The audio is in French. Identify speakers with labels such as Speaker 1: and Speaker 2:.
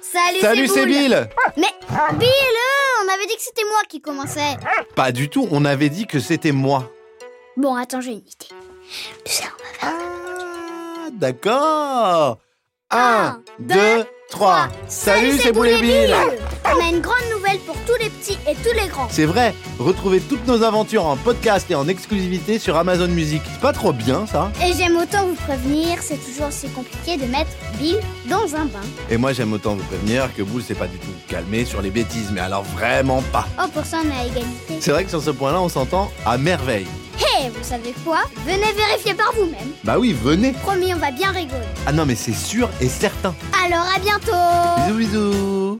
Speaker 1: Salut,
Speaker 2: Salut, c'est Bill
Speaker 1: Mais Bill, euh, on avait dit que c'était moi qui commençais.
Speaker 2: Pas du tout, on avait dit que c'était moi.
Speaker 1: Bon, attends, j'ai une idée. Tu sais, on va faire
Speaker 2: Ah, d'accord Un, deux, trois Salut, c'est
Speaker 1: Boule
Speaker 2: Boulet
Speaker 1: et
Speaker 2: Bill
Speaker 1: On a une grande nouvelle pour tous les petits et tous les grands.
Speaker 2: C'est vrai, retrouvez toutes nos aventures en podcast et en exclusivité sur Amazon Music. C'est pas trop bien, ça
Speaker 1: Et j'aime autant vous prévenir, c'est toujours si compliqué de mettre Bill dans un bain.
Speaker 2: Et moi, j'aime autant vous prévenir que Boule s'est pas du tout calmé sur les bêtises, mais alors vraiment pas.
Speaker 1: Oh, pour ça, on est à égalité.
Speaker 2: C'est vrai que sur ce point-là, on s'entend à merveille.
Speaker 1: Hé, vous savez quoi Venez vérifier par vous-même.
Speaker 2: Bah oui, venez
Speaker 1: Promis, on va bien rigoler.
Speaker 2: Ah non, mais c'est sûr et certain
Speaker 1: Alors, à bientôt
Speaker 2: Bisous, bisous